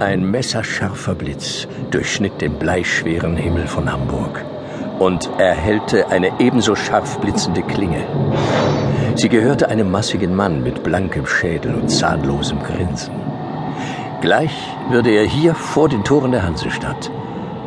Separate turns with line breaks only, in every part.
Ein messerscharfer Blitz durchschnitt den bleischweren Himmel von Hamburg und erhellte eine ebenso scharf blitzende Klinge. Sie gehörte einem massigen Mann mit blankem Schädel und zahnlosem Grinsen. Gleich würde er hier vor den Toren der Hansestadt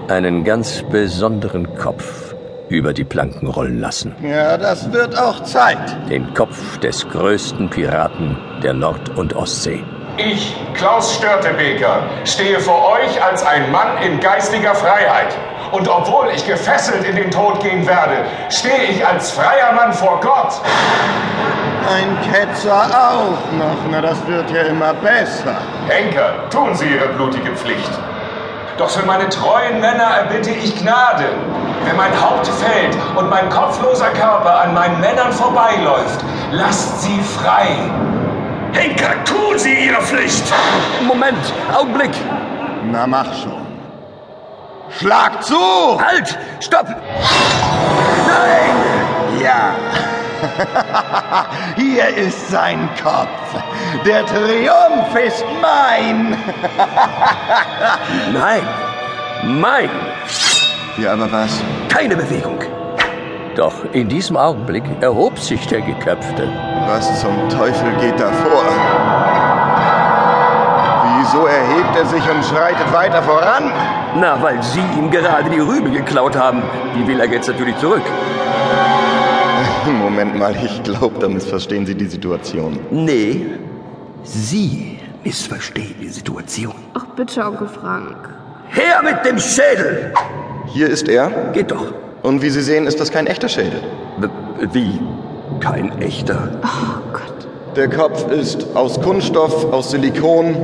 einen ganz besonderen Kopf über die Planken rollen lassen.
Ja, das wird auch Zeit.
Den Kopf des größten Piraten der Nord- und Ostsee.
Ich, Klaus Störtebeker, stehe vor euch als ein Mann in geistiger Freiheit. Und obwohl ich gefesselt in den Tod gehen werde, stehe ich als freier Mann vor Gott.
Ein Ketzer auch noch. Na, das wird ja immer besser.
Henker, tun Sie Ihre blutige Pflicht. Doch für meine treuen Männer erbitte ich Gnade. Wenn mein Haupt fällt und mein kopfloser Körper an meinen Männern vorbeiläuft, lasst sie frei. Henker, tun Sie Ihre Pflicht!
Moment, Augenblick,
Na, mach schon. Schlag zu!
halt, stopp!
Ja. Hier ist sein Kopf. Der Triumph ist mein.
Nein, mein,
Ja, aber was?
keine Bewegung. Doch in diesem Augenblick erhob sich der Geköpfte.
Was zum Teufel geht da vor? Wieso erhebt er sich und schreitet weiter voran?
Na, weil Sie ihm gerade die Rübe geklaut haben. Die will er jetzt natürlich zurück.
Moment mal, ich glaube, da missverstehen Sie die Situation.
Nee, Sie missverstehen die Situation.
Ach bitte, Onkel Frank.
Her mit dem Schädel!
Hier ist er.
Geht doch.
Und wie Sie sehen, ist das kein echter Schädel.
W- Wie? Kein echter.
Oh Gott.
Der Kopf ist aus Kunststoff, aus Silikon.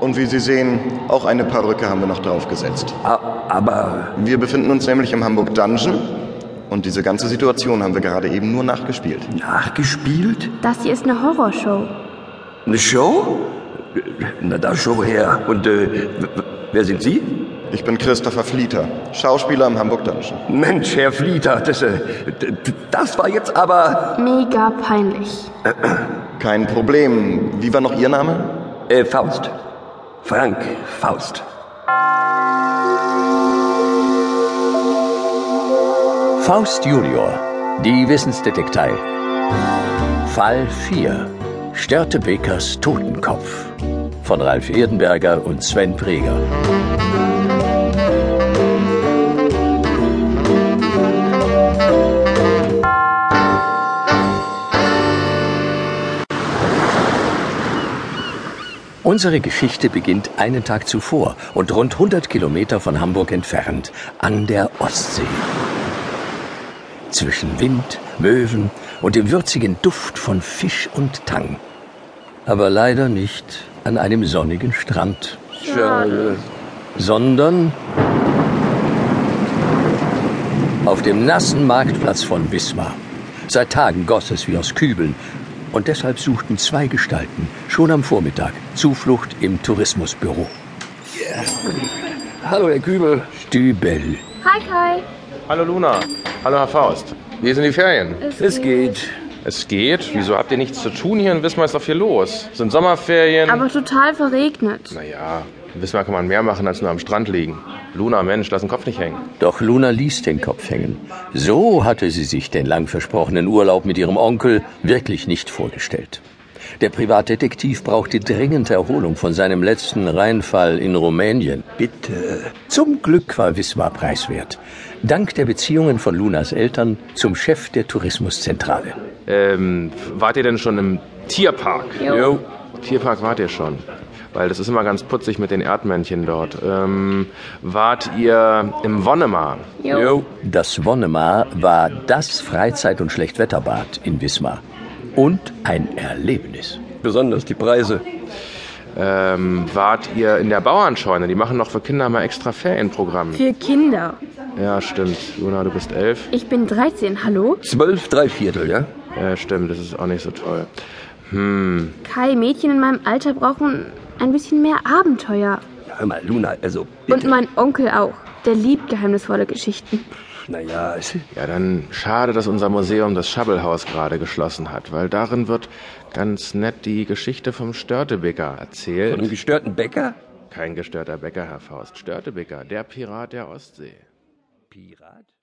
Und wie Sie sehen, auch eine Perücke haben wir noch draufgesetzt.
A- Aber
Wir befinden uns nämlich im Hamburg Dungeon. Und diese ganze Situation haben wir gerade eben nur nachgespielt.
nachgespielt?
Das hier ist eine Horrorshow.
Eine Show? Na, da Show her. Und äh, w- w- wer sind Sie?
Ich bin Christopher Flieter, Schauspieler im Hamburg Dungeon.
Mensch, Herr Flieter, das, äh, d- d- das war jetzt aber...
Mega peinlich.
Kein Problem. Wie war noch Ihr Name?
Äh, Faust. Frank Faust. Faust Junior, die Wissensdetektei. Fall 4. Störtebekers Totenkopf. Von Ralf Erdenberger und Sven Preger. Unsere Geschichte beginnt einen Tag zuvor und rund 100 Kilometer von Hamburg entfernt, an der Ostsee. Zwischen Wind, Möwen und dem würzigen Duft von Fisch und Tang. Aber leider nicht an einem sonnigen Strand.
Schade.
Sondern auf dem nassen Marktplatz von Wismar. Seit Tagen goss es wie aus Kübeln. Und deshalb suchten zwei Gestalten schon am Vormittag Zuflucht im Tourismusbüro. Hallo, Herr Kübel. Stübel.
Hi Kai.
Hallo Luna. Hallo Herr Faust. Wie sind die Ferien?
Es geht.
Es geht. Wieso habt ihr nichts zu tun hier in Wismar? Ist doch viel los. Sind Sommerferien.
Aber total verregnet.
naja, in Wismar kann man mehr machen, als nur am Strand liegen. Luna, Mensch, lass den Kopf nicht hängen.
Doch Luna ließ den Kopf hängen. So hatte sie sich den lang versprochenen Urlaub mit ihrem Onkel wirklich nicht vorgestellt. Der Privatdetektiv brauchte dringend Erholung von seinem letzten Reinfall in Rumänien. Bitte. Zum Glück war Wismar preiswert. Dank der Beziehungen von Lunas Eltern zum Chef der Tourismuszentrale.
Ähm, wart ihr denn schon im Tierpark?
Jo.
Tierpark wart ihr schon. Weil das ist immer ganz putzig mit den Erdmännchen dort. Ähm, wart ihr im Wonnemar?
Das Wonnemar war das Freizeit- und Schlechtwetterbad in Wismar. Und ein Erlebnis. Besonders die Preise.
Ähm, wart ihr in der Bauernscheune? Die machen noch für Kinder mal extra Ferienprogramm.
Für Kinder.
Ja, stimmt. Luna, du bist elf.
Ich bin 13, hallo?
Zwölf, drei Viertel, ja?
Ja, stimmt, das ist auch nicht so toll.
Kai, Mädchen in meinem Alter brauchen ein bisschen mehr Abenteuer.
Hör mal, Luna, also
Und mein Onkel auch. Der liebt geheimnisvolle Geschichten.
naja,
Ja, dann schade, dass unser Museum das Schabbelhaus gerade geschlossen hat, weil darin wird ganz nett die Geschichte vom Störtebeker erzählt.
gestörten Bäcker?
Kein gestörter Bäcker, Herr Faust. Störtebeker, der Pirat der Ostsee.
Pirat?